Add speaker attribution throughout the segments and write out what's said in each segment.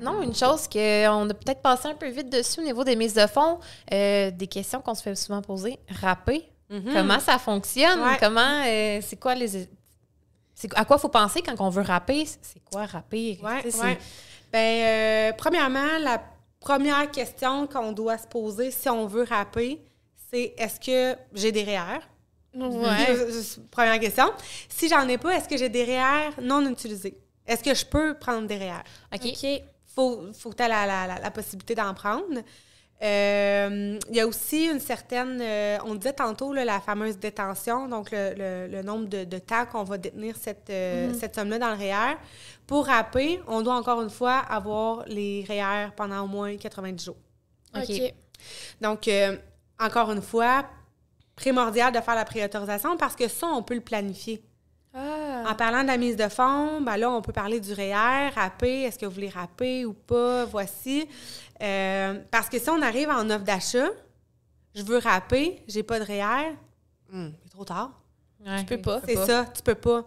Speaker 1: Non, une chose qu'on a peut-être passé un peu vite dessus au niveau des mises de fonds, euh, des questions qu'on se fait souvent poser. Rapper,
Speaker 2: Mhm.
Speaker 1: comment ça fonctionne?
Speaker 2: Ouais.
Speaker 1: Comment, euh, c'est quoi les. c'est- à quoi faut penser quand on veut rapper? C'est quoi rapper?
Speaker 2: Ouais,
Speaker 1: Tu sais,
Speaker 2: ouais. Ben, euh, premièrement, la première question qu'on doit se poser si on veut rapper, c'est est-ce que j'ai des E REER?
Speaker 1: c'est- Ouais.
Speaker 2: Euh, euh, Première question. Si j'en ai pas, est-ce que j'ai des REER non utilisés? Est-ce que je peux prendre des E REER?
Speaker 1: OK.
Speaker 2: faut, faut que tu la, la, la- la possibilité d'en prendre. Euh, Il y a aussi une certaine, euh, on disait tantôt, là, la fameuse détention, donc le, le- le nombre de, de temps qu'on va détenir cette, euh, cette somme-là dans le REER. Pour rapper, on doit encore une fois avoir les REER pendant au moins 90 jours.
Speaker 1: OK.
Speaker 3: OK.
Speaker 2: Donc, euh, encore une fois, primordial de faire la préautorisation parce que ça, on peut le planifier.
Speaker 3: Ah.
Speaker 2: En parlant de la mise de fonds, ben là, on peut parler du REER, rapper, est-ce que vous voulez rapper ou pas, voici. Euh, parce que si on arrive en offre d'achat, je veux rapper, j'ai pas de REER, hmm, c'est trop tard.
Speaker 1: Ouais,
Speaker 3: peux pas.
Speaker 2: C'est ça, tu peux pas.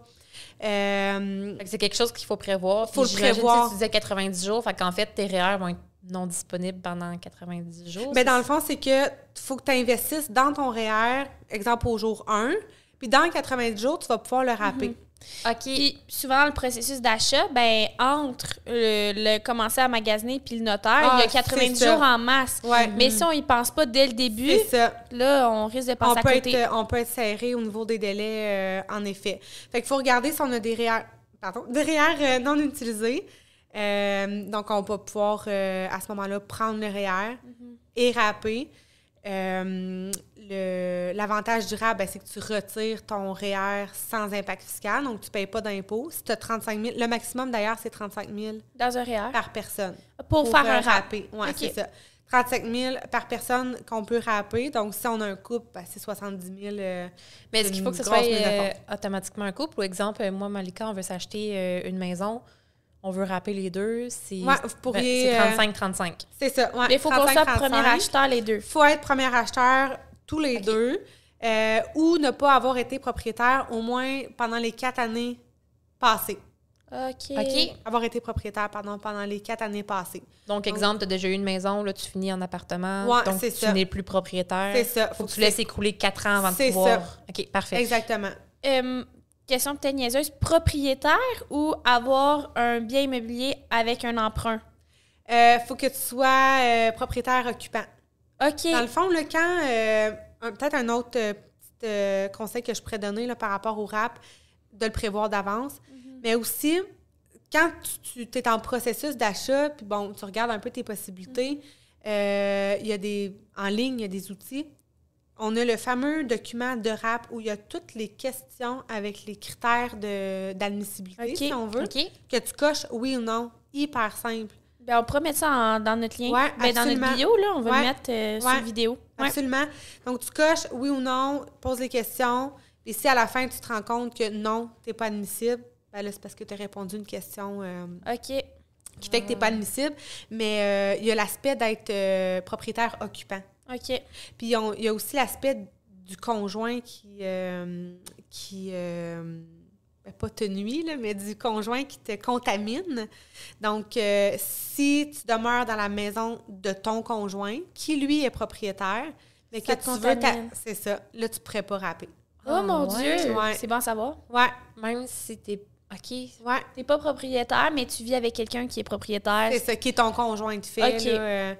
Speaker 2: Euh,
Speaker 1: Fait que C'est quelque chose qu'il faut prévoir.
Speaker 2: Faut
Speaker 1: Faut
Speaker 2: le
Speaker 1: le
Speaker 2: prévoir.
Speaker 1: prévoir. Tu disais 90 jours, fait qu'en fait, tes REER vont être non disponibles pendant 90 jours.
Speaker 2: ben dans le fond, c'est que faut que tu investisses dans ton REER, exemple au jour 1, puis dans 90 jours, tu vas pouvoir le rapper.
Speaker 3: OK. souvent, le processus d'achat, ben entre le, le commencer à magasiner puis le notaire,
Speaker 2: Ah,
Speaker 3: il y a 90
Speaker 2: c'est ça.
Speaker 3: jours en masse.
Speaker 2: Ouais.
Speaker 3: Mais si on y pense pas dès le début,
Speaker 2: Mhm. C'est ça.
Speaker 3: là, on risque de
Speaker 2: on
Speaker 3: passer
Speaker 2: peut,
Speaker 3: à côté.
Speaker 2: être, euh, on peut être serré au niveau des délais, euh, en effet. Fait qu'il faut regarder si on a des REER, pardon, des REER, euh, non utilisés. Euh, donc, on va pouvoir, euh, à ce moment-là, prendre le REER
Speaker 3: Mm-hmm.
Speaker 2: et rapper. Euh, le- L'avantage du RAB, ben, c'est que tu retires ton REER sans impact fiscal, donc tu ne payes pas d'impôts. Si tu as 35 000, le maximum d'ailleurs, c'est 35 000
Speaker 3: dans un REER
Speaker 2: par personne
Speaker 3: pour, faire
Speaker 2: euh,
Speaker 3: un rap.
Speaker 2: râpé. Ouais,
Speaker 3: Ok.
Speaker 2: c'est ça. 35 000 par personne qu'on peut râper. Donc, si on a un couple, ben, c'est 70 000. euh,
Speaker 1: Mais est-ce qu'il faut que ce
Speaker 2: une
Speaker 1: soit
Speaker 2: grosse mise à
Speaker 1: euh, automatiquement un couple? Ou exemple, euh, moi, Malika, on veut s'acheter euh, une maison, on veut rapper les deux. C'est
Speaker 2: Ouais, vous pourriez, euh,
Speaker 1: ben, c'est 35-35.
Speaker 2: c'est ça. ouais,
Speaker 3: Mais il faut qu'on soit
Speaker 2: 35,
Speaker 3: premier
Speaker 2: 35.
Speaker 3: acheteur les deux.
Speaker 2: Il faut être premier acheteur tous les deux euh, ou ne pas avoir été propriétaire au moins pendant les quatre années passées.
Speaker 3: OK.
Speaker 1: OK.
Speaker 2: Avoir été propriétaire, pardon, pendant les quatre années passées.
Speaker 1: Donc, exemple, tu as déjà eu une maison, là, tu finis en appartement,
Speaker 2: Oh. Ouais,
Speaker 1: donc
Speaker 2: c'est
Speaker 1: tu
Speaker 2: ça.
Speaker 1: n'es plus propriétaire.
Speaker 2: C'est ça.
Speaker 1: Faut que tu laisses écouler 4 ans avant de
Speaker 2: C'est
Speaker 1: pouvoir...
Speaker 2: ça.
Speaker 1: OK, parfait.
Speaker 2: Exactement.
Speaker 3: Euh, question peut-être niaiseuse, propriétaire ou avoir un bien immobilier avec un emprunt?
Speaker 2: Il Euh, faut que tu sois euh, propriétaire occupant.
Speaker 3: OK.
Speaker 2: Dans le fond, là, quand. euh, un- Peut-être un autre euh, petit euh, conseil que je pourrais donner là, par rapport au rap, de le prévoir d'avance. Mais aussi, quand tu, tu es en processus d'achat, puis bon, tu regardes un peu tes possibilités, euh, il y a des. En ligne, il y a des outils. On a le fameux document de rap où il y a toutes les questions avec les critères de- d'admissibilité,
Speaker 3: OK.
Speaker 2: si on veut,
Speaker 1: OK.
Speaker 2: que tu coches oui ou non. Hyper simple.
Speaker 3: Ben, on pourrait mettre ça en- dans notre lien.
Speaker 2: Ouais,
Speaker 3: Ben, dans
Speaker 2: absolument.
Speaker 3: notre bio, là, on va
Speaker 2: Ouais.
Speaker 3: le mettre euh,
Speaker 2: Ouais.
Speaker 3: sur vidéo. Ouais.
Speaker 2: Absolument. Donc, tu coches oui ou non, pose les questions. Et si à la fin, tu te rends compte que non, tu n'es pas admissible, ben là, c'est parce que tu as répondu une question euh,
Speaker 3: OK.
Speaker 2: qui fait que tu n'es pas admissible. Mais euh, il y a l'aspect d'être euh, propriétaire occupant.
Speaker 3: OK.
Speaker 2: Puis on- il y a aussi l'aspect du conjoint qui. euh, qui euh, ben, pas te nuit, là, mais du conjoint qui te contamine. Donc, euh, si tu demeures dans la maison de ton conjoint, qui lui est propriétaire, mais que
Speaker 3: Ça te
Speaker 2: tu veux. ta-
Speaker 3: contamine.
Speaker 2: C'est ça. Là, tu ne pourrais pas rapper.
Speaker 3: Oh, mon
Speaker 1: ouais.
Speaker 3: Dieu!
Speaker 2: Ouais.
Speaker 3: C'est bon à savoir.
Speaker 2: Ouais,
Speaker 1: Même si t'es... OK.
Speaker 2: ouais.
Speaker 3: T'es pas propriétaire, mais tu vis avec quelqu'un qui est propriétaire.
Speaker 2: C'est ça qui est ton conjoint de fait.
Speaker 3: Ok.
Speaker 2: là, euh,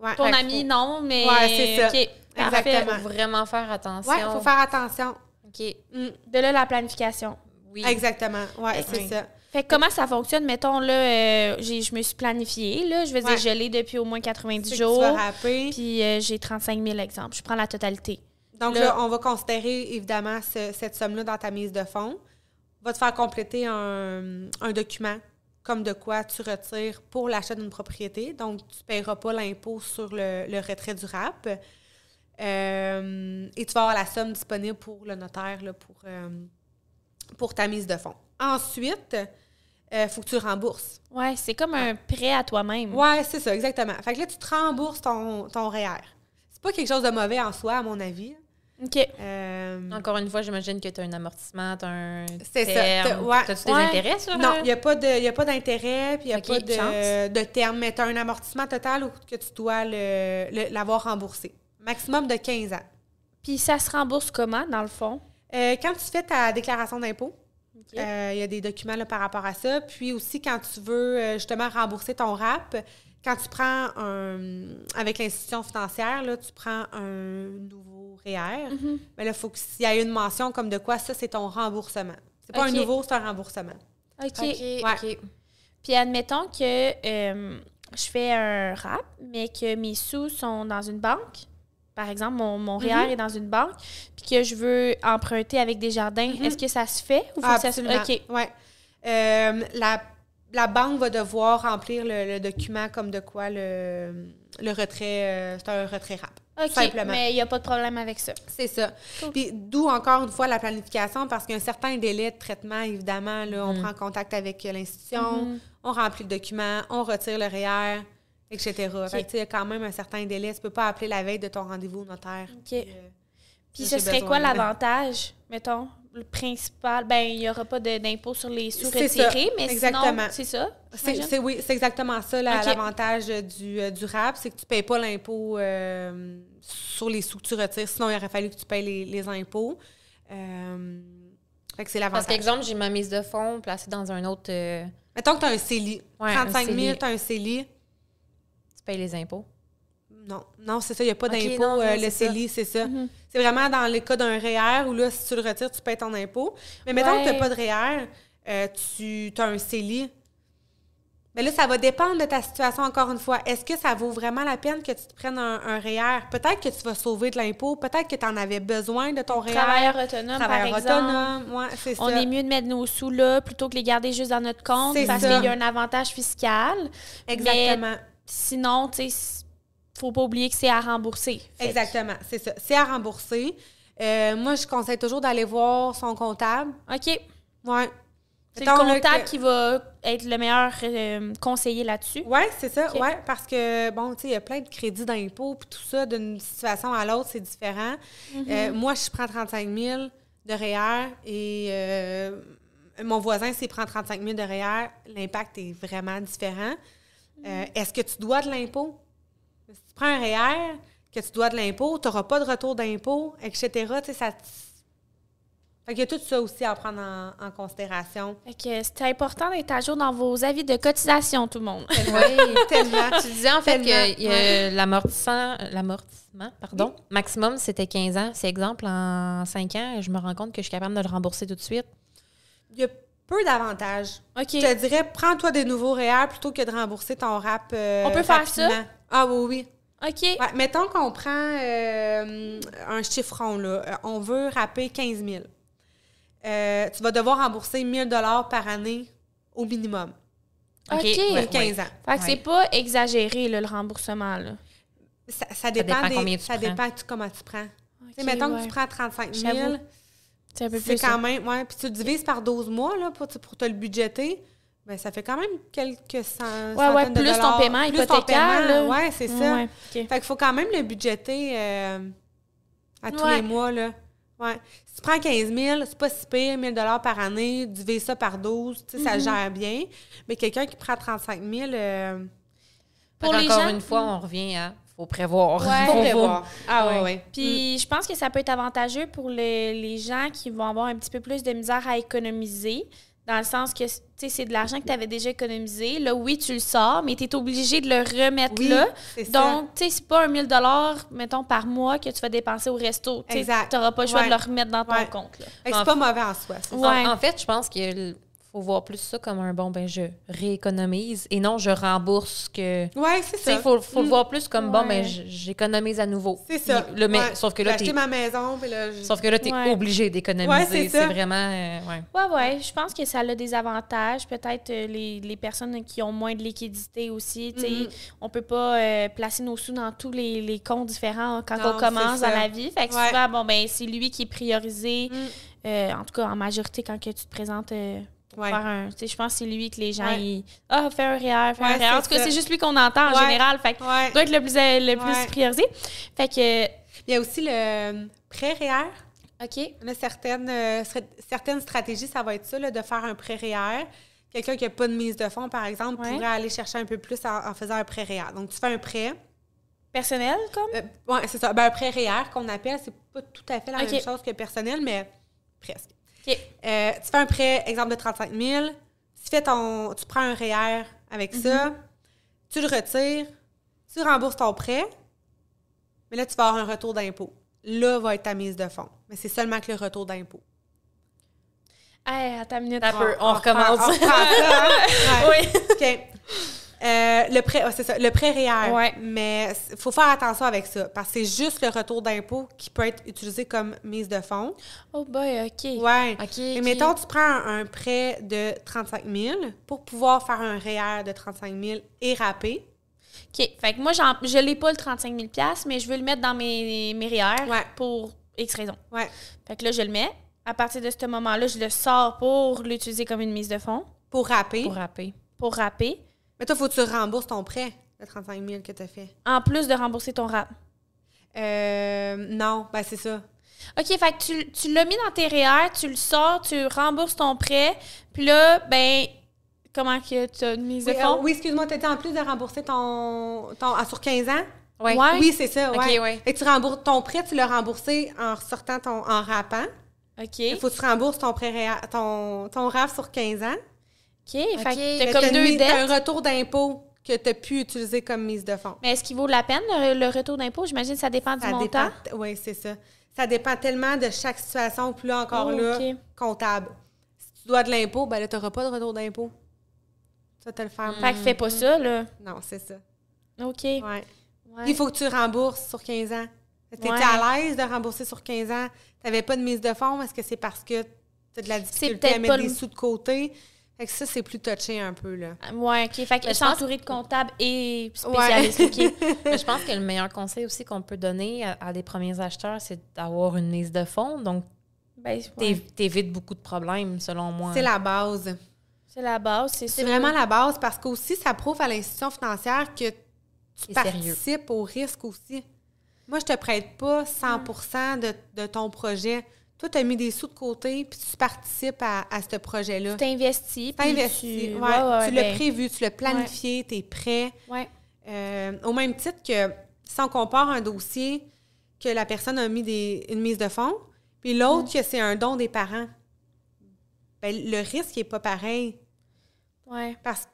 Speaker 2: ouais.
Speaker 3: Ton
Speaker 2: Fait
Speaker 3: ami,
Speaker 2: qu'il
Speaker 3: non, mais...
Speaker 2: Ouais, c'est ça.
Speaker 3: OK.
Speaker 2: Exactement.
Speaker 3: Parfait.
Speaker 1: Faut vraiment faire attention.
Speaker 2: faut- Ouais, il faut faire attention.
Speaker 1: OK.
Speaker 2: Mm,
Speaker 3: De là, la planification.
Speaker 1: Oui.
Speaker 2: Exactement. Ouais,
Speaker 1: Fait que-
Speaker 2: c'est ça.
Speaker 3: Fait que comment ça fonctionne? Mettons, là, euh, j'ai- je me suis planifiée, là. Je veux
Speaker 2: Ouais.
Speaker 3: dire, je l'ai depuis au moins
Speaker 2: C'est
Speaker 3: 90
Speaker 2: que
Speaker 3: jours.
Speaker 2: Tu vas rapper.
Speaker 3: Puis euh, j'ai 35 000 exemples. Je prends la totalité.
Speaker 2: Donc
Speaker 3: Là-
Speaker 2: là, on va considérer évidemment ce- cette somme-là dans ta mise de fonds. Va te faire compléter un, un document comme de quoi tu retires pour l'achat d'une propriété. Donc, tu ne paieras pas l'impôt sur le, le retrait du RAP. Euh, et tu vas avoir la somme disponible pour le notaire là, pour, euh, pour ta mise de fonds. Ensuite, il faut que tu rembourses.
Speaker 3: Ouais, c'est comme un prêt à toi-même.
Speaker 2: Ouais, c'est ça, exactement. Fait que là, tu te rembourses ton, ton REER. C'est pas quelque chose de mauvais en soi, à mon avis.
Speaker 3: OK.
Speaker 2: Euh,
Speaker 1: Encore une fois, j'imagine que tu as un amortissement, tu as un.
Speaker 2: C'est ça. T'as-
Speaker 1: terme.
Speaker 2: ouais.
Speaker 1: T'as-tu
Speaker 3: Ouais.
Speaker 1: des intérêts sur
Speaker 2: non,
Speaker 1: euh,
Speaker 2: il n'y a pas de- y a pas d'intérêt, puis il n'y a
Speaker 1: Ok,
Speaker 2: pas de,
Speaker 1: chance.
Speaker 2: de terme. Mais tu as un amortissement total ou que tu dois le- le- l'avoir remboursé. Maximum de 15 ans.
Speaker 3: Puis ça se rembourse comment, dans le fond?
Speaker 2: Euh, quand tu fais ta déclaration d'impôt, euh, il y a des documents là, par rapport à ça. Puis aussi, quand tu veux euh, justement rembourser ton RAP, quand tu prends un. Avec l'institution financière, là, tu prends un nouveau REER.
Speaker 1: Mm-hmm.
Speaker 2: Mais là, il faut qu'il y ait une mention comme de quoi ça, c'est ton remboursement. C'est pas
Speaker 3: Ok.
Speaker 2: un nouveau, c'est un remboursement.
Speaker 3: OK.
Speaker 1: OK, OK.
Speaker 3: Puis admettons que euh, je fais un rap, mais que mes sous sont dans une banque. Par exemple, mon, mon
Speaker 2: Mhm.
Speaker 3: REER est dans une banque, puis que je veux emprunter avec des jardins. Est-ce que ça se fait ou faut
Speaker 2: Ah,
Speaker 3: que ça se
Speaker 2: Mhm. absolument.
Speaker 3: OK.
Speaker 2: Ouais. Euh, la, la banque va devoir remplir le, le document comme de quoi le, le retrait, euh, c'est un retrait RAP.
Speaker 3: OK,
Speaker 2: Simplement.
Speaker 3: mais il n'y a pas de problème avec ça.
Speaker 2: C'est ça.
Speaker 3: Cool.
Speaker 2: Puis d'où encore une fois la planification, parce qu'il y a un certain délai de traitement, évidemment. Là, on
Speaker 3: Mm.
Speaker 2: prend contact avec euh, l'institution,
Speaker 3: Mm-hmm. Mhm.
Speaker 2: on remplit le document, on retire le E REER, etc. Fait que, tu sais, il y a quand même un certain délai. Tu peux pas appeler la veille de ton rendez-vous au notaire.
Speaker 3: OK.
Speaker 2: Puis, euh,
Speaker 3: Puis
Speaker 2: là,
Speaker 3: ce
Speaker 2: j'ai
Speaker 3: serait
Speaker 2: besoin
Speaker 3: quoi
Speaker 2: de-
Speaker 3: l'avantage, mettons, le principal? Ben, il n'y aura pas de- d'impôt sur les sous
Speaker 2: C'est ça,
Speaker 3: retirés, mais sinon,
Speaker 2: exactement.
Speaker 3: c'est ça?
Speaker 2: C'est,
Speaker 3: j'imagine?
Speaker 2: c'est- oui, c'est exactement ça la-
Speaker 3: Ok.
Speaker 2: l'avantage euh, du, euh, du RAP, c'est que tu ne payes pas l'impôt euh, sur les sous que tu retires, sinon il aurait fallu que tu payes les, les impôts. Euh, fait que c'est
Speaker 1: Parce
Speaker 2: l'avantage.
Speaker 1: qu'exemple, j'ai ma mise de fonds placée dans un autre. euh,
Speaker 2: Mettons que tu as un CELI,
Speaker 1: Ouais, un
Speaker 2: 35 000,
Speaker 1: CELI.
Speaker 2: tu as un CELI.
Speaker 1: tu payes les impôts.
Speaker 2: Non, non c'est ça, il n'y a pas
Speaker 1: Ok,
Speaker 2: d'impôt,
Speaker 1: non, non,
Speaker 2: euh, le
Speaker 1: c'est ça.
Speaker 2: CELI, c'est ça.
Speaker 3: Mhm.
Speaker 2: C'est vraiment dans le cas d'un REER où là, si tu le retires, tu payes ton impôt. Mais mettons que tu
Speaker 3: Ouais.
Speaker 2: n'as pas de REER, euh, tu as un CELI. Mais là, ça va dépendre de ta situation encore une fois. Est-ce que ça vaut vraiment la peine que tu te prennes un, un REER? Peut-être que tu vas sauver de l'impôt, peut-être que tu en avais besoin de ton REER.
Speaker 3: Travailleur autonome, par exemple.
Speaker 2: autonome, ouais, c'est ça.
Speaker 3: On est mieux de mettre nos sous là plutôt que les garder juste dans notre compte
Speaker 2: C'est
Speaker 3: parce
Speaker 2: ça.
Speaker 3: qu'il y a un avantage fiscal.
Speaker 2: Exactement.
Speaker 3: Sinon, tu sais, s- faut pas oublier que c'est à rembourser. Fait que-
Speaker 2: Exactement, c'est ça. C'est à rembourser. Euh, moi, je conseille toujours d'aller voir son comptable.
Speaker 3: OK.
Speaker 2: Ouais.
Speaker 3: C'est le
Speaker 2: Mettons, là,
Speaker 3: comptable
Speaker 2: que-
Speaker 3: qui va être le meilleur euh, conseiller là-dessus.
Speaker 2: Oui, c'est ça,
Speaker 3: Ok.
Speaker 2: ouais, parce que, bon, tu sais, il y a plein de crédits d'impôts, puis tout ça, d'une situation à l'autre, c'est différent.
Speaker 3: Mm-hmm.
Speaker 2: Euh, moi, je prends 35 000 de REER et euh, mon voisin, s'il prend 35 000 de REER, l'impact est vraiment différent.
Speaker 3: Mm-hmm.
Speaker 2: Euh, Est-ce que tu dois de l'impôt? Si tu prends un REER, que tu dois de l'impôt, tu n'auras pas de retour d'impôt, etc., tu sais, ça... Fait qu'il y a tout ça aussi à prendre en, en considération.
Speaker 3: Fait que c'est important d'être à jour dans vos avis de cotisation, tout le monde.
Speaker 1: Oui.
Speaker 2: Tellement.
Speaker 1: tu disais en fait
Speaker 2: Tellement,
Speaker 1: que il y a l'amortissant, l'amortissement, pardon, maximum c'était 15 ans. C'est exemple, en 5 ans, je me rends compte que je suis capable de le rembourser tout de suite.
Speaker 2: Il y a peu d'avantages.
Speaker 3: OK.
Speaker 2: Je te dirais, prends-toi des nouveaux REER plutôt que de rembourser ton rap. euh,
Speaker 3: On peut faire
Speaker 2: rapidement.
Speaker 3: ça?
Speaker 2: Ah oui, oui.
Speaker 3: OK.
Speaker 2: Ouais, mettons qu'on prend euh, un chiffron, là. Euh, On veut rapper 15 000. Euh, tu vas devoir rembourser 1 000 par année au minimum
Speaker 3: OK.
Speaker 2: pour
Speaker 1: ouais.
Speaker 2: 15 ans.
Speaker 3: Fait que
Speaker 1: Ouais.
Speaker 3: c'est pas exagéré, là, le remboursement. Là.
Speaker 2: Ça, ça dépend,
Speaker 1: dépend
Speaker 2: des-
Speaker 1: combien tu
Speaker 2: ça
Speaker 1: prends.
Speaker 2: dépend tu- comment tu prends. Tu sais,
Speaker 3: OK,
Speaker 2: mettons que
Speaker 3: ouais.
Speaker 2: tu prends 35
Speaker 3: J'avoue.
Speaker 2: 000,
Speaker 3: C'est un peu
Speaker 2: c'est
Speaker 3: plus.
Speaker 2: quand même... Ouais, puis tu le divises par 12 mois là, pour, pour te le budgéter. Ben, ça fait quand même quelques cent,
Speaker 3: Ouais, ouais,
Speaker 2: centaines de
Speaker 3: plus ton
Speaker 2: dollars.
Speaker 3: paiement
Speaker 2: Plus ton
Speaker 3: hypothécaire,
Speaker 2: paiement,
Speaker 3: là.
Speaker 2: Ouais, c'est ça.
Speaker 3: Ouais, OK.
Speaker 2: Fait qu'il faut quand même le budgéter euh, à tous
Speaker 3: Ouais.
Speaker 2: les mois, là. Ouais. Si tu prends 15 000, c'est pas si pire, 1 000 par année, divise ça par 12, tu sais, ça gère bien. Mais quelqu'un qui prend 35 000... euh,
Speaker 3: Pour
Speaker 1: Fait
Speaker 3: les
Speaker 1: qu'encore
Speaker 3: gens-
Speaker 1: une fois, on revient à faut prévoir.
Speaker 3: Ouais.
Speaker 1: Faut
Speaker 3: Faut
Speaker 1: prévoir.
Speaker 2: Ah
Speaker 3: ouais,
Speaker 2: ouais, ouais.
Speaker 3: Puis je pense que ça peut être avantageux pour les, les gens qui vont avoir un petit peu plus de misère à économiser, dans le sens que tu sais, c'est de l'argent que tu avais déjà économisé. Là, oui, tu le sors, mais tu es obligé de le remettre
Speaker 2: Oui,
Speaker 3: là.
Speaker 2: c'est ça.
Speaker 3: Donc, tu sais, c'est pas un 1000 mettons, par mois que tu vas dépenser au resto. Tu
Speaker 2: Exact.
Speaker 3: n'auras pas le choix
Speaker 2: Ouais.
Speaker 3: de le remettre dans ton
Speaker 2: Ouais.
Speaker 3: compte. là.
Speaker 2: Fait que c'est pas mauvais en soi. c'est ça.
Speaker 3: Ouais.
Speaker 1: En, en fait, je pense qu'il faut voir plus ça comme un bon, ben je rééconomise et non je rembourse que.
Speaker 2: Ouais, c'est
Speaker 1: Tu sais,
Speaker 2: ça. Mm.
Speaker 1: il faut, faut le voir plus comme bon,
Speaker 3: Ouais.
Speaker 1: ben j- j'économise à nouveau.
Speaker 2: C'est ça.
Speaker 1: Il- le- mais-
Speaker 2: Ouais.
Speaker 1: Sauf que
Speaker 2: J'ai
Speaker 1: là,
Speaker 2: acheté
Speaker 1: t'es
Speaker 2: ma maison, puis là... je-
Speaker 1: sauf que là, t'es
Speaker 3: Ouais.
Speaker 1: obligé d'économiser.
Speaker 2: Ouais, c'est ça.
Speaker 1: c'est vraiment. euh, ouais.
Speaker 3: Oui, oui, je pense que ça a des avantages. Peut-être euh, les, les personnes qui ont moins de liquidité aussi. tu sais,
Speaker 2: Mhm.
Speaker 3: On peut pas euh, placer nos sous dans tous les, les comptes différents quand
Speaker 2: Non,
Speaker 3: on commence
Speaker 2: c'est ça.
Speaker 3: dans la vie. Fait que
Speaker 2: Ouais.
Speaker 3: souvent, bon, ben, c'est lui qui est priorisé,
Speaker 2: Mm.
Speaker 3: euh, en tout cas en majorité quand que tu te présentes euh, pour
Speaker 2: Ouais.
Speaker 3: faire un. tu sais, Je pense que c'est lui que les gens.
Speaker 2: Ouais.
Speaker 3: ils, Ah, fais un REER, fais
Speaker 2: Ouais,
Speaker 3: un REER.
Speaker 2: c'est
Speaker 3: En tout cas,
Speaker 2: ça.
Speaker 3: c'est juste lui qu'on entend en
Speaker 2: Ouais.
Speaker 3: général. Fait que
Speaker 2: Ouais.
Speaker 3: doit être le euh, plus, le plus
Speaker 2: Ouais.
Speaker 3: priorisé. Fait que euh,
Speaker 2: Il y a aussi le euh, prêt REER.
Speaker 1: OK.
Speaker 2: On a certaines, euh, stra- certaines stratégies, ça va être ça, là, de faire un prêt REER. Quelqu'un qui n'a pas de mise de fonds, par exemple,
Speaker 3: Ouais.
Speaker 2: pourrait aller chercher un peu plus en, en faisant un prêt REER. Donc, tu fais un prêt.
Speaker 3: Personnel, comme?
Speaker 2: Euh, ouais, c'est ça. Ben, un prêt REER qu'on appelle, c'est pas tout à fait la
Speaker 3: Ok.
Speaker 2: même chose que personnel, mais presque.
Speaker 3: OK.
Speaker 2: Euh, tu fais un prêt, exemple, de 35 000. Tu, fais ton, tu prends un REER avec
Speaker 3: Mhm.
Speaker 2: ça. Tu le retires. Tu rembourses ton prêt. Mais là, tu vas avoir un retour d'impôt. Là va être ta mise de fonds. Mais c'est seulement que le retour d'impôt.
Speaker 3: Hey, attends une minute.
Speaker 1: T'as peu. On
Speaker 2: reprend-
Speaker 1: recommence.
Speaker 2: on reprend ça, hein? Ouais.
Speaker 3: Oui.
Speaker 2: OK. Euh, le prêt, ah, c'est ça, le prêt réel.
Speaker 3: Ouais.
Speaker 2: Mais il faut faire attention avec ça, parce que c'est juste le retour d'impôt qui peut être utilisé comme mise de fonds.
Speaker 3: Oh boy, OK.
Speaker 2: Ouais.
Speaker 1: OK.
Speaker 2: Et
Speaker 1: ok.
Speaker 2: mettons, tu prends un, un prêt de 35 000 pour pouvoir faire un REER de 35 000 et râper.
Speaker 3: OK. Fait que moi, j'en- je l'ai pas le 35 000 mais je veux le mettre dans mes, mes REER
Speaker 2: Ouais.
Speaker 3: pour X raison.
Speaker 2: Ouais.
Speaker 3: Fait que là, je le mets. À partir de ce moment-là, je le sors pour l'utiliser comme une mise de fonds,
Speaker 2: Pour râper.
Speaker 1: Pour rapper.
Speaker 3: pour rapper,
Speaker 2: Mais toi, faut que tu rembourses ton prêt de 35 000 que tu as fait.
Speaker 3: en plus de rembourser ton rap.
Speaker 2: Euh, non, ben c'est ça.
Speaker 3: OK, fait que tu, tu l'as mis dans tes REER, tu le sors, tu rembourses ton prêt, puis là, ben, comment que tu as une mise
Speaker 2: Oui,
Speaker 3: de
Speaker 2: euh,
Speaker 3: fonds?
Speaker 2: oui, excuse-moi, tu étais en plus de rembourser ton, ton ah, sur 15 ans?
Speaker 1: Ouais.
Speaker 3: Ouais.
Speaker 2: Oui, c'est ça,
Speaker 1: Ok,
Speaker 2: ouais.
Speaker 1: ouais.
Speaker 2: Fait que tu rembourses ton prêt, tu l'as remboursé en sortant ton en rapant. ah Il
Speaker 3: OK.
Speaker 2: faut que tu rembourses ton prêt réa- ton ton RAP sur 15 ans.
Speaker 3: OK, fait que
Speaker 1: Fait
Speaker 3: t'as
Speaker 2: Mais
Speaker 3: comme
Speaker 2: t'as
Speaker 3: deux
Speaker 2: mis- t'as
Speaker 3: dettes.
Speaker 2: un retour d'impôt que tu as pu utiliser comme mise de fonds.
Speaker 3: Mais est-ce qu'il vaut la peine, le, le retour d'impôt? J'imagine que ça dépend du montant.
Speaker 2: Oui, c'est ça. Ça dépend tellement de chaque situation, plus là encore
Speaker 3: Oh,
Speaker 2: là,
Speaker 3: ok.
Speaker 2: comptable. Si tu dois de l'impôt, ben là tu n'auras pas de retour d'impôt. Ça te le faire.
Speaker 3: Fait que
Speaker 2: Mm.
Speaker 3: fais pas ça, là.
Speaker 2: Non, c'est ça.
Speaker 3: OK.
Speaker 2: Ouais.
Speaker 3: Ouais.
Speaker 2: Il faut que tu rembourses sur 15 ans. T'étais
Speaker 3: Ouais.
Speaker 2: à l'aise de rembourser sur 15 ans. T'avais pas de mise de fonds. Est-ce que c'est parce que t'as de la difficulté
Speaker 3: peut-être
Speaker 2: à mettre
Speaker 3: pas le-
Speaker 2: des sous de côté? Fait que ça, c'est plus touché un peu, là.
Speaker 3: Ah, Ouais, OK. Fait
Speaker 1: Mais
Speaker 3: que
Speaker 1: je
Speaker 3: s'entourer de comptables et spécialistes. OK.
Speaker 1: Mais je pense que le meilleur conseil aussi qu'on peut donner à, à des premiers acheteurs, c'est d'avoir une mise de fonds. Donc,
Speaker 3: Ben, ouais.
Speaker 1: t'é- t'évites beaucoup de problèmes, selon moi.
Speaker 2: C'est la base.
Speaker 3: C'est la base, c'est
Speaker 2: C'est
Speaker 3: sûr.
Speaker 2: vraiment la base parce qu'aussi, ça prouve à l'institution financière que tu
Speaker 1: Et
Speaker 2: participes au risque aussi. Moi, je te prête pas 100 de, de ton projet. Toi, tu as mis des sous de côté puis tu participes à, à ce projet-là.
Speaker 3: Tu t'investis.
Speaker 2: T'as
Speaker 3: puis
Speaker 2: investi,
Speaker 3: Tu,
Speaker 2: ouais,
Speaker 3: ouais, ouais,
Speaker 2: tu l'as
Speaker 3: ben,
Speaker 2: prévu, tu l'as planifié, tu es prêt.
Speaker 3: ouais.
Speaker 2: Euh, au même titre que si on compare un dossier que la personne a mis des, une mise de fonds, puis l'autre
Speaker 3: Mm.
Speaker 2: que c'est un don des parents, ben, le risque n'est pas pareil.
Speaker 3: ouais.
Speaker 2: Parce que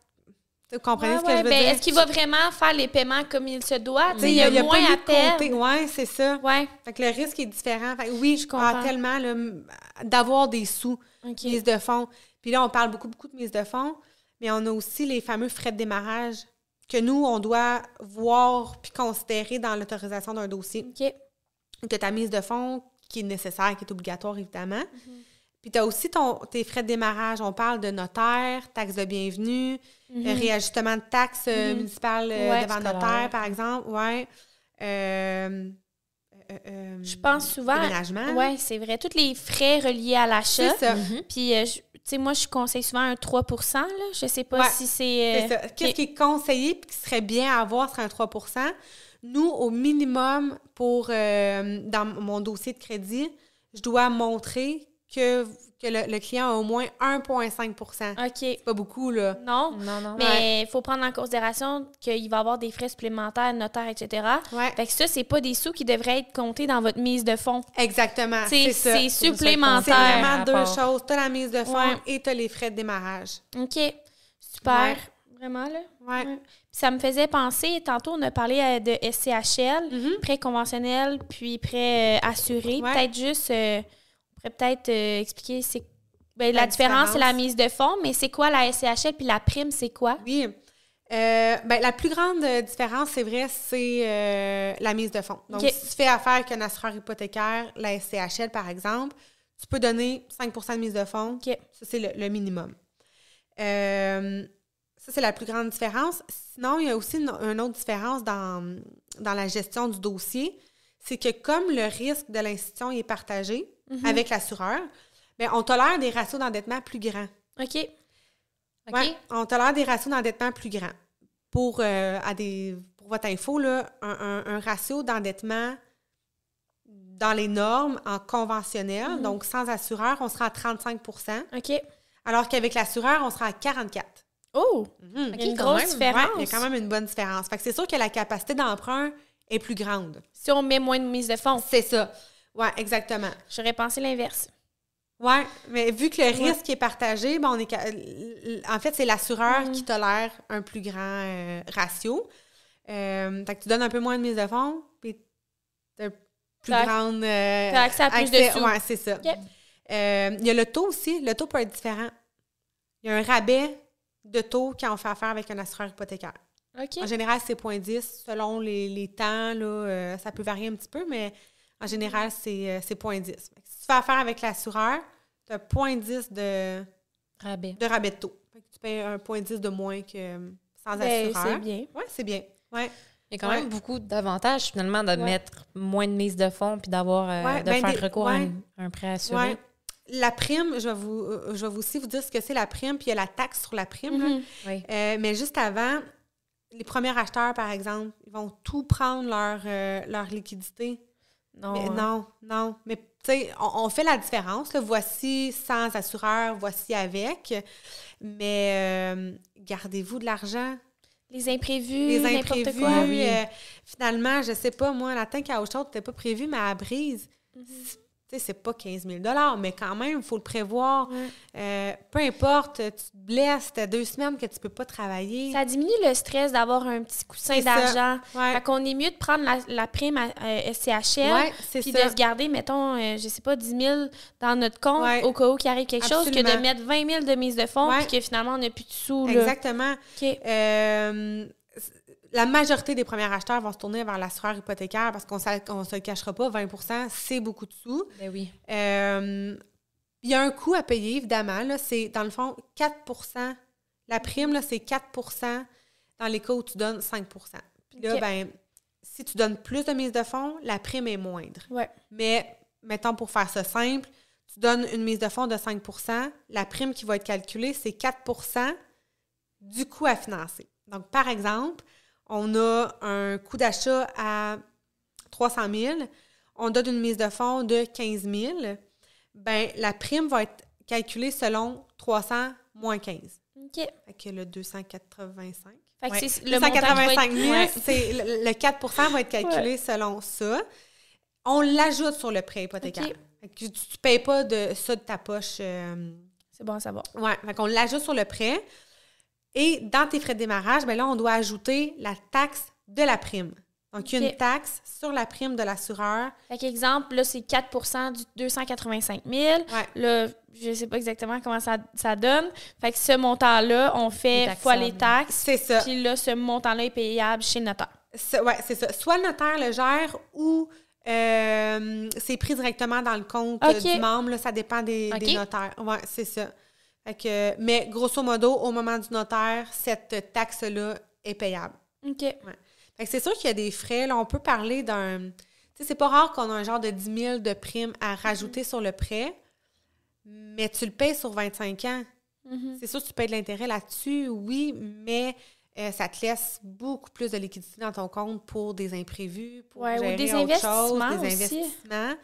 Speaker 2: vous comprenez
Speaker 3: Ouais,
Speaker 2: ce que
Speaker 3: ouais,
Speaker 2: je veux
Speaker 3: ben,
Speaker 2: dire?
Speaker 3: Est-ce qu'il va vraiment faire les paiements comme il se doit? Tu
Speaker 2: Tu
Speaker 3: sais,
Speaker 2: sais,
Speaker 3: Il y a, moins
Speaker 2: pas
Speaker 3: à
Speaker 2: mis de côté.
Speaker 3: perdre.
Speaker 2: Ouais, c'est ça.
Speaker 3: Ouais.
Speaker 2: Fait que le risque est différent. Fait que oui, je comprends
Speaker 3: comprends.
Speaker 2: tellement là, m- d'avoir des sous,
Speaker 3: OK.
Speaker 2: mise de fonds. Puis là, on parle beaucoup, beaucoup de mise de fonds, mais on a aussi les fameux frais de démarrage que nous, on doit voir puis considérer dans l'autorisation d'un dossier.
Speaker 3: OK.
Speaker 2: que ta mise de fonds qui est nécessaire, qui est obligatoire, évidemment.
Speaker 3: Mhm.
Speaker 2: Puis tu as aussi ton, tes frais de démarrage. On parle de notaire, taxe de bienvenue, euh, réajustement de taxes euh,
Speaker 3: Mhm.
Speaker 2: municipales euh,
Speaker 3: Ouais,
Speaker 2: devant
Speaker 1: scolaire.
Speaker 2: notaire, par exemple. Ouais. Euh, euh, euh,
Speaker 3: Je pense souvent.
Speaker 2: Déménagement.
Speaker 3: Ouais, c'est hein? vrai. Tous les frais reliés à l'achat.
Speaker 2: C'est ça.
Speaker 1: Mhm.
Speaker 3: Puis, euh, je- tu sais, moi, je conseille souvent un 3 là. Je sais pas
Speaker 2: Ouais,
Speaker 3: si c'est. euh,
Speaker 2: C'est ça. Qu'est-ce qui est conseillé et qui serait bien à avoir serait un 3 Nous, au minimum, pour euh, dans mon dossier de crédit, je dois montrer que, que le, le client a au moins 1,5
Speaker 3: OK.
Speaker 2: C'est pas beaucoup, là.
Speaker 3: Non.
Speaker 1: Non, non.
Speaker 3: Mais il faut prendre en considération qu'il va y avoir des frais supplémentaires, notaire, etc.
Speaker 2: Ouais.
Speaker 3: Fait que ça, c'est pas des sous qui devraient être comptés dans votre mise de fonds.
Speaker 2: Exactement. C'est
Speaker 3: C'est
Speaker 2: ça.
Speaker 1: C'est
Speaker 3: c'est
Speaker 2: C'est
Speaker 3: supplémentaire.
Speaker 2: vraiment
Speaker 1: à
Speaker 2: deux
Speaker 1: part.
Speaker 2: choses. T'as la mise de fonds
Speaker 3: Ouais.
Speaker 2: et t'as les frais de démarrage.
Speaker 3: OK. Super.
Speaker 2: Ouais.
Speaker 3: Vraiment, là.
Speaker 2: Ouais.
Speaker 3: Ouais. Ça me faisait penser, tantôt, on a parlé euh, de SCHL,
Speaker 2: Mm-hmm.
Speaker 3: prêt conventionnel, puis prêt euh, assuré.
Speaker 2: Ouais.
Speaker 3: Peut-être juste, euh, on pourrait peut-être euh, expliquer c'est ben, la,
Speaker 2: La
Speaker 3: différence, c'est la
Speaker 2: différence.
Speaker 3: mise de fonds, mais c'est quoi la SCHL, puis la prime, c'est quoi?
Speaker 2: Oui. Euh, ben, la plus grande euh, différence, c'est vrai, c'est euh, la mise de fonds. Donc,
Speaker 3: OK.
Speaker 2: si tu fais affaire qu'un assureur hypothécaire, la SCHL par exemple, tu peux donner 5 de mise de fonds.
Speaker 3: OK.
Speaker 2: Ça, c'est le, le minimum. Euh, ça, c'est la plus grande différence. Sinon, il y a aussi une, une autre différence dans, dans la gestion du dossier. C'est que comme le risque de l'institution est partagé avec l'assureur, ben, on tolère des ratios d'endettement plus grands.
Speaker 3: OK.
Speaker 1: OK?
Speaker 2: Ouais, on tolère des ratios d'endettement plus grands. Pour, euh, à des, pour votre info, là, un, un- un ratio d'endettement dans les normes en conventionnel, donc sans assureur, on sera à 35
Speaker 3: OK.
Speaker 2: alors qu'avec l'assureur, on sera à 44
Speaker 3: Oh!
Speaker 2: Mhm.
Speaker 3: Il
Speaker 1: Ok,
Speaker 3: y a une
Speaker 1: quand
Speaker 3: grosse
Speaker 1: même.
Speaker 3: différence.
Speaker 2: Ouais, il y a quand même une bonne différence. Fait que c'est sûr que la capacité d'emprunt est plus grande.
Speaker 3: Si on met moins de mise de fonds,
Speaker 2: C'est ça. Oui, exactement.
Speaker 3: j'aurais pensé l'inverse.
Speaker 2: Oui, mais vu que le
Speaker 3: Ouais.
Speaker 2: risque est partagé, ben on est ca- l- en fait, c'est l'assureur
Speaker 3: Mhm.
Speaker 2: qui tolère un plus grand euh, ratio. Euh, fait que tu donnes un peu moins de mise de fonds, puis tu as plus
Speaker 3: T'as-
Speaker 2: grande. euh,
Speaker 3: T'as accès à plus de
Speaker 2: accès-
Speaker 3: sous.
Speaker 2: ouais, c'est ça.
Speaker 3: Ok.
Speaker 2: Euh, il y a le taux aussi. Le taux peut être différent. Il y a un rabais de taux quand on fait affaire avec un assureur hypothécaire. En
Speaker 3: OK.
Speaker 2: général, c'est 0.10. Selon les, les temps, là, euh, ça peut varier un petit peu, mais en général, c'est euh, c'est 0.10. Fait que Si tu fais affaire avec l'assureur, tu as 0.10 de,
Speaker 1: Rabais.
Speaker 2: de rabais de taux. Fait que tu payes un 0.10 de moins que euh, sans
Speaker 3: Ben, c'est
Speaker 2: assureur.
Speaker 3: bien.
Speaker 2: Oui, c'est bien. Ouais.
Speaker 1: Il y a quand
Speaker 2: Ouais.
Speaker 1: même beaucoup d'avantages, finalement, de
Speaker 3: Ouais.
Speaker 1: mettre moins de mise de fonds puis d'avoir euh,
Speaker 2: Ouais,
Speaker 1: de
Speaker 2: ben,
Speaker 1: faire
Speaker 2: des-
Speaker 1: recours à
Speaker 2: ouais.
Speaker 1: une- un, prêt assuré.
Speaker 2: Ouais. La prime, je vais, vous, euh, je vais aussi vous dire ce que c'est la prime, puis il y a la taxe sur la prime. là.
Speaker 3: Mhm.
Speaker 1: Oui.
Speaker 2: Euh, mais juste avant, les premiers acheteurs, par exemple, ils vont tout prendre leur, euh, leur liquidité.
Speaker 3: Non.
Speaker 2: Mais
Speaker 3: hein.
Speaker 2: non, non. Mais tu sais, on, on fait la différence. là. Voici sans assureur, voici avec. Mais euh, gardez-vous de l'argent.
Speaker 3: Les imprévus,
Speaker 2: Les
Speaker 3: n'importe
Speaker 2: imprévus.
Speaker 3: quoi. Ah
Speaker 1: oui.
Speaker 2: euh, finalement, je sais pas, moi, la tank à Auchard, c'était pas prévu, mais à Brise,
Speaker 3: Mm-hmm.
Speaker 2: c'est- tu sais, c'est pas 15 000 mais quand même, il faut le prévoir.
Speaker 3: Ouais.
Speaker 2: Euh, peu importe, tu te blesses, t'as deux semaines que tu peux pas travailler.
Speaker 3: Ça diminue le stress d'avoir un petit coussin
Speaker 2: C'est ça.
Speaker 3: d'argent.
Speaker 2: Ouais.
Speaker 3: Fait qu'on est mieux de prendre la, la prime à, euh, à SCHL.
Speaker 2: Ouais, c'est
Speaker 3: Puis
Speaker 2: ça.
Speaker 3: de se garder, mettons, euh, je sais pas, 10 000 dans notre compte
Speaker 2: Ouais.
Speaker 3: au cas où il arrive quelque chose, que de
Speaker 2: Absolument.
Speaker 3: mettre 20 000 de mise de fonds,
Speaker 2: Ouais.
Speaker 3: puis que finalement, on n'a plus de sous. là.
Speaker 2: Exactement.
Speaker 3: OK.
Speaker 2: Euh, la majorité des premiers acheteurs vont se tourner vers l'assureur hypothécaire parce qu'on ne se le cachera pas, 20 c'est beaucoup de sous.
Speaker 1: Ben oui.
Speaker 2: Euh, il y a un coût à payer, évidemment. là. C'est, dans le fond, 4 La prime, là, c'est 4 dans les cas où tu donnes 5 Puis là,
Speaker 3: OK.
Speaker 2: ben, si tu donnes plus de mise de fonds, la prime est moindre.
Speaker 3: Ouais.
Speaker 2: Mais, mettons, pour faire ça simple, tu donnes une mise de fonds de 5 la prime qui va être calculée, c'est 4 du coût à financer. Donc, par exemple, on a un coût d'achat à 300 000, on donne une mise de fonds de 15 000, ben la prime va être calculée selon 300 moins 15.
Speaker 3: OK.
Speaker 2: Fait que le 285.
Speaker 3: Fait que
Speaker 2: Ouais.
Speaker 3: c'est le montant qui va être-
Speaker 2: 285 000,
Speaker 3: Ouais.
Speaker 2: c'est- le, le 4 va être calculé selon ça. On l'ajoute sur le prêt hypothécaire.
Speaker 3: OK.
Speaker 2: Fait que tu ne payes pas de, ça de ta poche. euh,
Speaker 3: C'est bon à savoir.
Speaker 2: ouais, fait qu'on l'ajoute sur le prêt. Et dans tes frais de démarrage, ben là, on doit ajouter la taxe de la prime. Donc, il y a
Speaker 3: OK.
Speaker 2: une taxe sur la prime de l'assureur.
Speaker 3: Fait qu'exemple, là, c'est 4 du 285 000.
Speaker 2: Ouais.
Speaker 3: Là, je sais pas exactement comment ça, ça donne. Fait que ce montant-là, on
Speaker 1: Il est
Speaker 3: fait
Speaker 1: taxable.
Speaker 3: fois les taxes.
Speaker 2: C'est ça.
Speaker 3: Puis là, ce montant-là est payable chez le notaire.
Speaker 2: Ça, ouais, c'est ça. Soit le notaire le gère ou euh, c'est pris directement dans le compte euh,
Speaker 3: OK.
Speaker 2: du membre. là, ça dépend des, des
Speaker 1: OK.
Speaker 2: notaires. Oui, c'est ça. Fait que, mais grosso modo, au moment du notaire, cette taxe-là est payable.
Speaker 3: OK.
Speaker 2: Fait que c'est sûr qu'il y a des frais. Là, on peut parler d'un. Tu sais, c'est pas rare qu'on a un genre de 10 000 de primes à
Speaker 3: Mhm.
Speaker 2: rajouter sur le prêt, mais tu le payes sur 25 ans.
Speaker 3: Mhm.
Speaker 2: C'est sûr que tu payes de l'intérêt là-dessus, oui, mais euh, ça te laisse beaucoup plus de liquidité dans ton compte pour des imprévus, pour
Speaker 3: Ouais, ou
Speaker 2: gérer
Speaker 3: des
Speaker 2: autre
Speaker 3: investissements
Speaker 2: chose, des
Speaker 3: aussi.
Speaker 2: investissements.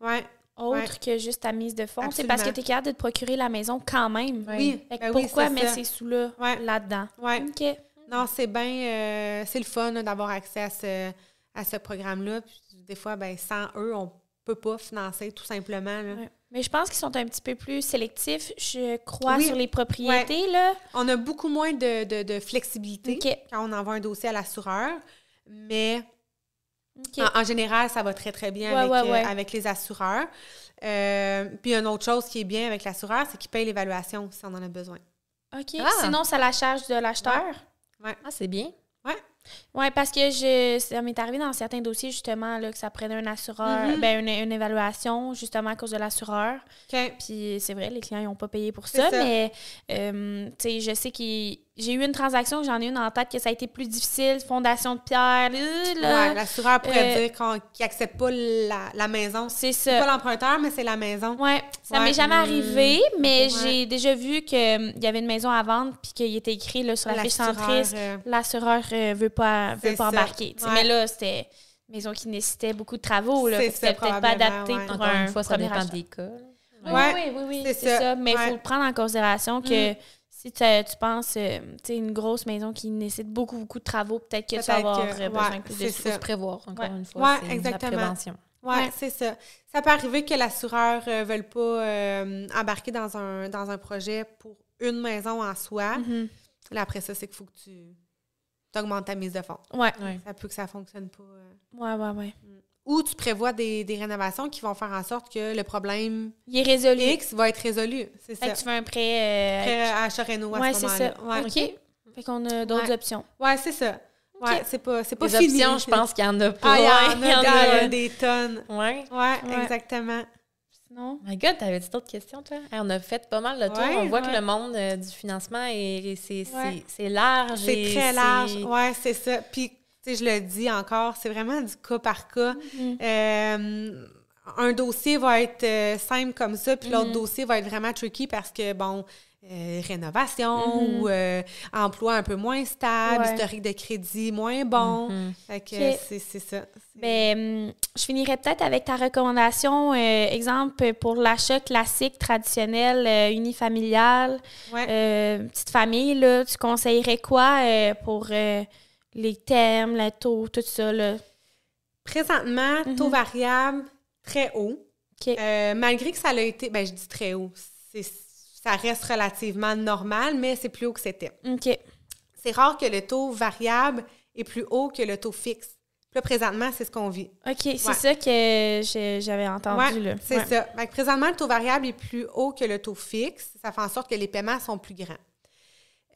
Speaker 2: Ouais,
Speaker 3: Autre
Speaker 2: Ouais.
Speaker 3: que juste ta mise de fonds. C'est parce que
Speaker 2: Absolument.
Speaker 3: tu es capable de te procurer la maison quand même.
Speaker 2: oui.
Speaker 3: Fait que
Speaker 2: ben oui,
Speaker 3: pourquoi
Speaker 2: c'est
Speaker 3: mettre
Speaker 2: ça.
Speaker 3: ces sous-là
Speaker 2: Ouais.
Speaker 3: là-dedans?
Speaker 2: Ouais.
Speaker 3: OK.
Speaker 2: Non, c'est bien, euh, c'est le fun là, d'avoir accès à ce, à ce programme-là. Puis Des fois, ben, sans eux, on peut pas financer tout simplement. là.
Speaker 3: Ouais. Mais je pense qu'ils sont un petit peu plus sélectifs, je crois,
Speaker 2: Oui.
Speaker 3: sur les propriétés. Là.
Speaker 2: On a beaucoup moins de, de- de flexibilité
Speaker 3: OK.
Speaker 2: quand on envoie un dossier à l'assureur, mais
Speaker 3: OK.
Speaker 2: En, en général, ça va très, très bien
Speaker 3: Ouais,
Speaker 2: avec,
Speaker 3: ouais,
Speaker 2: euh,
Speaker 3: ouais.
Speaker 2: avec les assureurs. Euh, puis, une autre chose qui est bien avec l'assureur, c'est qu'il paye l'évaluation si on en a besoin.
Speaker 3: OK.
Speaker 1: Ah.
Speaker 3: Sinon, ça la charge de l'acheteur.
Speaker 1: Ah, c'est bien.
Speaker 3: Oui, parce que je, ça m'est arrivé dans certains dossiers, justement, là, que ça prenait un assureur,
Speaker 2: Mhm.
Speaker 3: ben, une, une évaluation, justement, à cause de l'assureur.
Speaker 2: OK.
Speaker 3: Puis c'est vrai, les clients n'ont pas payé pour
Speaker 2: C'est
Speaker 3: ça,
Speaker 2: ça.
Speaker 3: mais euh, tu sais, je sais que j'ai eu une transaction, j'en ai une en tête, que ça a été plus difficile, fondation de pierre, euh, là.
Speaker 2: Ouais, l'assureur pourrait
Speaker 3: euh,
Speaker 2: dire qu'on- qu'il n'accepte pas la, la maison. C'est
Speaker 3: c'est
Speaker 2: pas
Speaker 3: ça.
Speaker 2: l'emprunteur, mais c'est la maison.
Speaker 3: Ouais, ça
Speaker 2: Ouais.
Speaker 3: m'est jamais
Speaker 2: Hmm.
Speaker 3: arrivé, mais
Speaker 2: Ouais.
Speaker 3: j'ai déjà vu qu'il y avait une maison à vendre puis qu'il était écrit là, sur la fiche
Speaker 2: L'assureur,
Speaker 3: centriste
Speaker 2: euh,
Speaker 3: l'assureur euh, veut pas veut
Speaker 2: C'est
Speaker 3: pas
Speaker 2: ça.
Speaker 3: embarquer. tu sais.
Speaker 2: Ouais.
Speaker 3: Mais là, c'était maisons qui nécessitaient beaucoup de travaux. là.
Speaker 2: C'est
Speaker 3: fait que
Speaker 2: ça,
Speaker 3: C'était peut-être pas
Speaker 2: probablement,
Speaker 3: adapté
Speaker 2: ouais.
Speaker 3: pour
Speaker 1: Encore
Speaker 3: un
Speaker 1: une fois, ça
Speaker 3: premier
Speaker 1: dépend
Speaker 3: achat.
Speaker 1: des cas. là.
Speaker 3: Oui,
Speaker 2: Ouais,
Speaker 3: oui, oui, oui,
Speaker 2: c'est
Speaker 3: c'est ça.
Speaker 2: ça.
Speaker 3: Mais il
Speaker 2: Ouais. Mm.
Speaker 3: faut le prendre en considération que si tu, tu penses, euh, tu sais, une grosse maison qui nécessite beaucoup, beaucoup de travaux, peut-être que tu vas
Speaker 2: Peut-être
Speaker 3: avoir
Speaker 2: que-
Speaker 3: euh, besoin
Speaker 2: ouais,
Speaker 3: de plus de
Speaker 2: c'est
Speaker 3: sous.
Speaker 1: Faut
Speaker 2: ça.
Speaker 1: se prévoir, encore
Speaker 3: Ouais.
Speaker 1: une fois.
Speaker 2: Ouais,
Speaker 1: c'est de la
Speaker 2: exactement.
Speaker 1: prévention.
Speaker 2: Oui,
Speaker 3: Ouais.
Speaker 2: c'est ça. Ça peut arriver que l'assureur ne veuille pas euh, embarquer dans un, dans un projet pour une maison en soi.
Speaker 3: Mhm.
Speaker 2: Là, après ça, c'est qu'il faut que tu augmentes ta mise de fonds.
Speaker 3: Ouais,
Speaker 1: Ouais.
Speaker 2: Ça peut que ça fonctionne pas. euh.
Speaker 3: ouais, ouais, ouais.
Speaker 2: Ou tu prévois des, des rénovations qui vont faire en sorte que le problème
Speaker 3: Il est résolu.
Speaker 2: X va être résolu. C'est
Speaker 3: Fait
Speaker 2: ça.
Speaker 3: que tu veux un prêt. euh,
Speaker 2: Après, à Choreno à
Speaker 3: Ouais,
Speaker 2: ce
Speaker 3: c'est
Speaker 2: moment-là.
Speaker 3: ça.
Speaker 2: Ouais,
Speaker 3: OK. Fait qu'on a d'autres
Speaker 2: Ouais.
Speaker 3: options.
Speaker 2: Ouais, c'est ça. Ouais, c'est pas, c'est pas
Speaker 1: Les
Speaker 2: fini.
Speaker 1: options, je pense qu'il y en a pas.
Speaker 2: Ah, il y en
Speaker 1: Ouais,
Speaker 2: a,
Speaker 1: il
Speaker 2: dans-
Speaker 1: y en
Speaker 2: des tonnes.
Speaker 1: a. Ouais. Oh
Speaker 2: Ouais,
Speaker 3: Ouais.
Speaker 2: exactement.
Speaker 3: Sinon,
Speaker 1: My God, t'avais-tu d'autres questions, toi? Hey, on a fait pas mal le tour.
Speaker 2: Ouais,
Speaker 1: on voit
Speaker 2: ouais.
Speaker 1: que le monde euh, du financement, est- est- c'est c'est-
Speaker 3: Ouais.
Speaker 1: c'est large.
Speaker 2: C'est
Speaker 1: et
Speaker 2: très large.
Speaker 1: c'est-
Speaker 2: Ouais, c'est ça. Puis, tu sais, je le dis encore, c'est vraiment du cas par cas.
Speaker 3: Mhm.
Speaker 2: Euh, un dossier va être euh, simple comme ça, puis l'autre
Speaker 3: Mhm.
Speaker 2: dossier va être vraiment tricky parce que, bon, euh, rénovation
Speaker 3: Mhm.
Speaker 2: ou euh, emploi un peu moins stable,
Speaker 3: Ouais. Mm-hmm.
Speaker 2: historique de crédit moins bon.
Speaker 1: Mhm.
Speaker 2: Fait que
Speaker 3: Ok.
Speaker 2: c'est- c'est ça. C'est-
Speaker 3: ben, hum, je finirais peut-être avec ta recommandation, euh, exemple pour l'achat classique, traditionnel, euh, unifamilial,
Speaker 2: Ouais.
Speaker 3: euh, petite famille, là, tu conseillerais quoi euh, pour euh, les thèmes, le taux, tout ça? Là?
Speaker 2: Présentement, taux
Speaker 3: Mhm.
Speaker 2: variable très haut.
Speaker 3: OK.
Speaker 2: Euh, malgré que ça a été, ben je dis très haut, c'est- ça reste relativement normal, mais c'est plus haut que c'était.
Speaker 3: OK.
Speaker 2: C'est rare que le taux variable est plus haut que le taux fixe. Puis Là, présentement, c'est ce qu'on vit.
Speaker 3: OK, c'est
Speaker 2: Ouais.
Speaker 3: ça que j'ai- j'avais entendu.
Speaker 2: Ouais,
Speaker 3: là.
Speaker 2: c'est
Speaker 3: Ouais.
Speaker 2: ça. Fait que présentement, le taux variable est plus haut que le taux fixe. Ça fait en sorte que les paiements sont plus grands.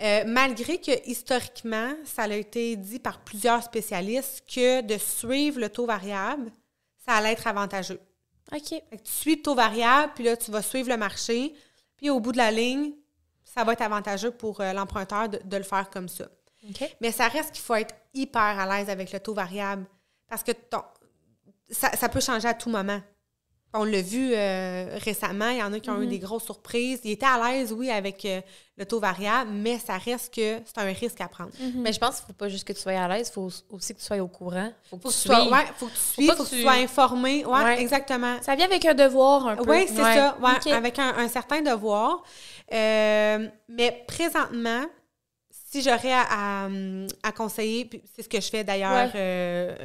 Speaker 2: Euh, malgré que historiquement, ça a été dit par plusieurs spécialistes que de suivre le taux variable, ça allait être avantageux.
Speaker 3: OK.
Speaker 2: Fait que tu suis le taux variable, puis là, tu vas suivre le marché. Puis au bout de la ligne, ça va être avantageux pour euh, l'emprunteur de, de le faire comme ça.
Speaker 1: OK.
Speaker 2: Mais ça reste qu'il faut être hyper à l'aise avec le taux variable parce que ton- ça, ça peut changer à tout moment. On l'a vu euh, récemment, il y en a qui ont eu
Speaker 3: Mhm.
Speaker 2: des grosses surprises. Ils étaient à l'aise, oui, avec euh, le taux variable, mais ça reste que c'est un risque à prendre.
Speaker 3: Mhm.
Speaker 1: Mais je pense qu'il ne faut pas juste que tu sois à l'aise, il faut aussi que tu sois au courant. Il faut que
Speaker 2: Faut que
Speaker 1: tu
Speaker 2: tu sois,
Speaker 1: suives.
Speaker 2: ouais, faut que tu suives,
Speaker 1: pas
Speaker 2: faut
Speaker 1: que
Speaker 2: que tu
Speaker 1: tu-
Speaker 2: sois informé. Ouais,
Speaker 1: Ouais.
Speaker 2: exactement.
Speaker 3: Ça vient avec un devoir un peu.
Speaker 2: Oui, c'est
Speaker 1: Ouais.
Speaker 2: ça, ouais,
Speaker 3: OK.
Speaker 2: avec un, un certain devoir. Euh, mais présentement, si j'aurais à, à, à conseiller, puis c'est ce que je fais d'ailleurs
Speaker 3: Ouais.
Speaker 2: euh,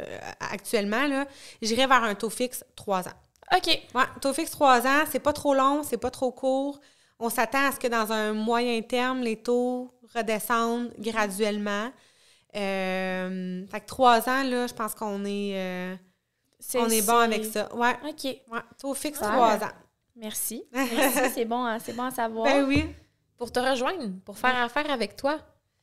Speaker 2: actuellement, là, j'irais vers un taux fixe 3 ans.
Speaker 3: OK.
Speaker 2: Ouais, taux fixe 3 ans, c'est pas trop long, c'est pas trop court. On s'attend à ce que dans un moyen terme, les taux redescendent graduellement. Euh, fait que 3 ans, là, je pense qu'on est, euh, on est bon
Speaker 3: c'est-
Speaker 2: avec ça. Ouais,
Speaker 3: OK.
Speaker 2: ouais, taux fixe
Speaker 3: Ouais.
Speaker 2: 3 ans.
Speaker 3: Merci. Merci, c'est bon, à- c'est bon à savoir.
Speaker 2: Ben oui.
Speaker 1: Pour te rejoindre, pour faire affaire avec toi,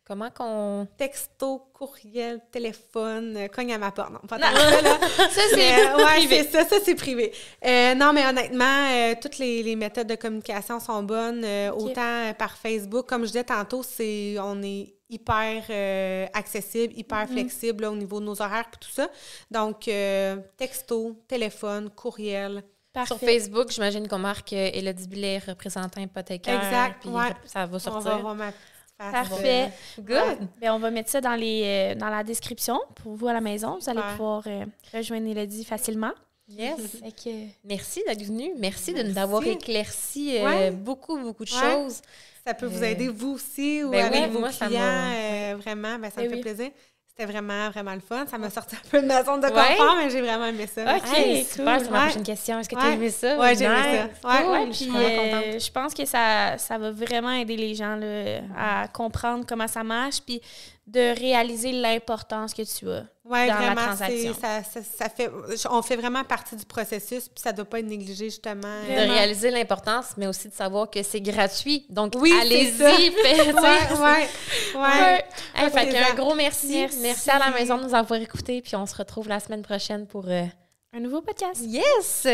Speaker 1: comment qu'on.
Speaker 2: texto, courriel, téléphone, euh, cogne à ma porte. Non, pas
Speaker 3: Non.
Speaker 2: tant que ça, là.
Speaker 3: Ça, c'est.
Speaker 2: Mais, euh, ouais, c'est ça, ça c'est privé. Euh, non, mais honnêtement, euh, toutes les, les méthodes de communication sont bonnes, euh,
Speaker 3: Ok.
Speaker 2: autant euh, par Facebook. Comme je disais tantôt, c'est on est hyper euh, accessible,
Speaker 3: Mm-hmm.
Speaker 2: hyper flexible là, au niveau de nos horaires et tout ça. Donc, euh, texto, téléphone, courriel.
Speaker 1: Sur
Speaker 3: Parfait.
Speaker 1: Facebook, j'imagine qu'on marque euh, Elodie Blais, représentant hypothécaire.
Speaker 2: Exact,
Speaker 1: Puis
Speaker 2: ouais.
Speaker 1: ça va
Speaker 2: On va
Speaker 1: sortir.
Speaker 2: voir ma petite face. euh,
Speaker 3: Parfait.
Speaker 1: Good.
Speaker 3: Ben, on va mettre ça dans, les, euh, dans la description pour vous à la maison. Vous allez
Speaker 2: Super.
Speaker 3: pouvoir euh, rejoindre Elodie facilement.
Speaker 1: Yes.
Speaker 3: Fait que-
Speaker 1: Merci d'être venu. Merci de nous
Speaker 2: Merci.
Speaker 1: avoir éclairci euh,
Speaker 2: Ouais.
Speaker 1: beaucoup, beaucoup de
Speaker 2: Ouais.
Speaker 1: choses.
Speaker 2: Ça peut vous
Speaker 1: Euh,
Speaker 2: aider, vous aussi, ou
Speaker 1: ben
Speaker 2: avec
Speaker 1: oui,
Speaker 2: vos
Speaker 1: moi, ça
Speaker 2: clients.
Speaker 1: m'a-
Speaker 2: euh, vraiment, ben, ça me
Speaker 3: Ben
Speaker 2: fait
Speaker 3: oui.
Speaker 2: plaisir. C'était vraiment, vraiment le fun. Ça m'a sorti un peu de ma zone de
Speaker 1: Ouais.
Speaker 2: confort, mais j'ai vraiment aimé ça.
Speaker 3: Ok,
Speaker 1: Hey,
Speaker 3: cool.
Speaker 1: super, c'est ma
Speaker 2: Ouais.
Speaker 1: prochaine question. Est-ce que tu as
Speaker 2: Ouais.
Speaker 1: aimé ça?
Speaker 2: Ouais, j'ai aimé
Speaker 1: Nice.
Speaker 2: ça. Ouais,
Speaker 1: Cool.
Speaker 3: Ouais,
Speaker 1: je
Speaker 3: puis,
Speaker 1: suis vraiment
Speaker 3: euh,
Speaker 1: contente.
Speaker 3: je pense que ça, ça va vraiment aider les gens là, à comprendre comment ça marche, puis de réaliser l'importance que tu as.
Speaker 2: Ouais,
Speaker 3: dans la
Speaker 2: vraiment, c'est-
Speaker 3: transaction.
Speaker 2: ça, ça, ça fait, je- on fait vraiment partie du processus, puis ça ne doit pas être négligé, justement.
Speaker 1: de
Speaker 3: Vraiment.
Speaker 1: réaliser l'importance, mais aussi de savoir que c'est gratuit. Donc,
Speaker 2: Oui, c'est
Speaker 1: allez-y.
Speaker 2: ça.
Speaker 1: faites-
Speaker 2: Ouais, ouais, ouais.
Speaker 1: Hey, fait
Speaker 2: plaisir.
Speaker 1: qu'un gros merci. merci.
Speaker 3: Merci.
Speaker 1: à la maison de nous avoir écoutés. Puis on se retrouve la semaine prochaine pour. euh,
Speaker 3: Un nouveau podcast.
Speaker 1: Yes!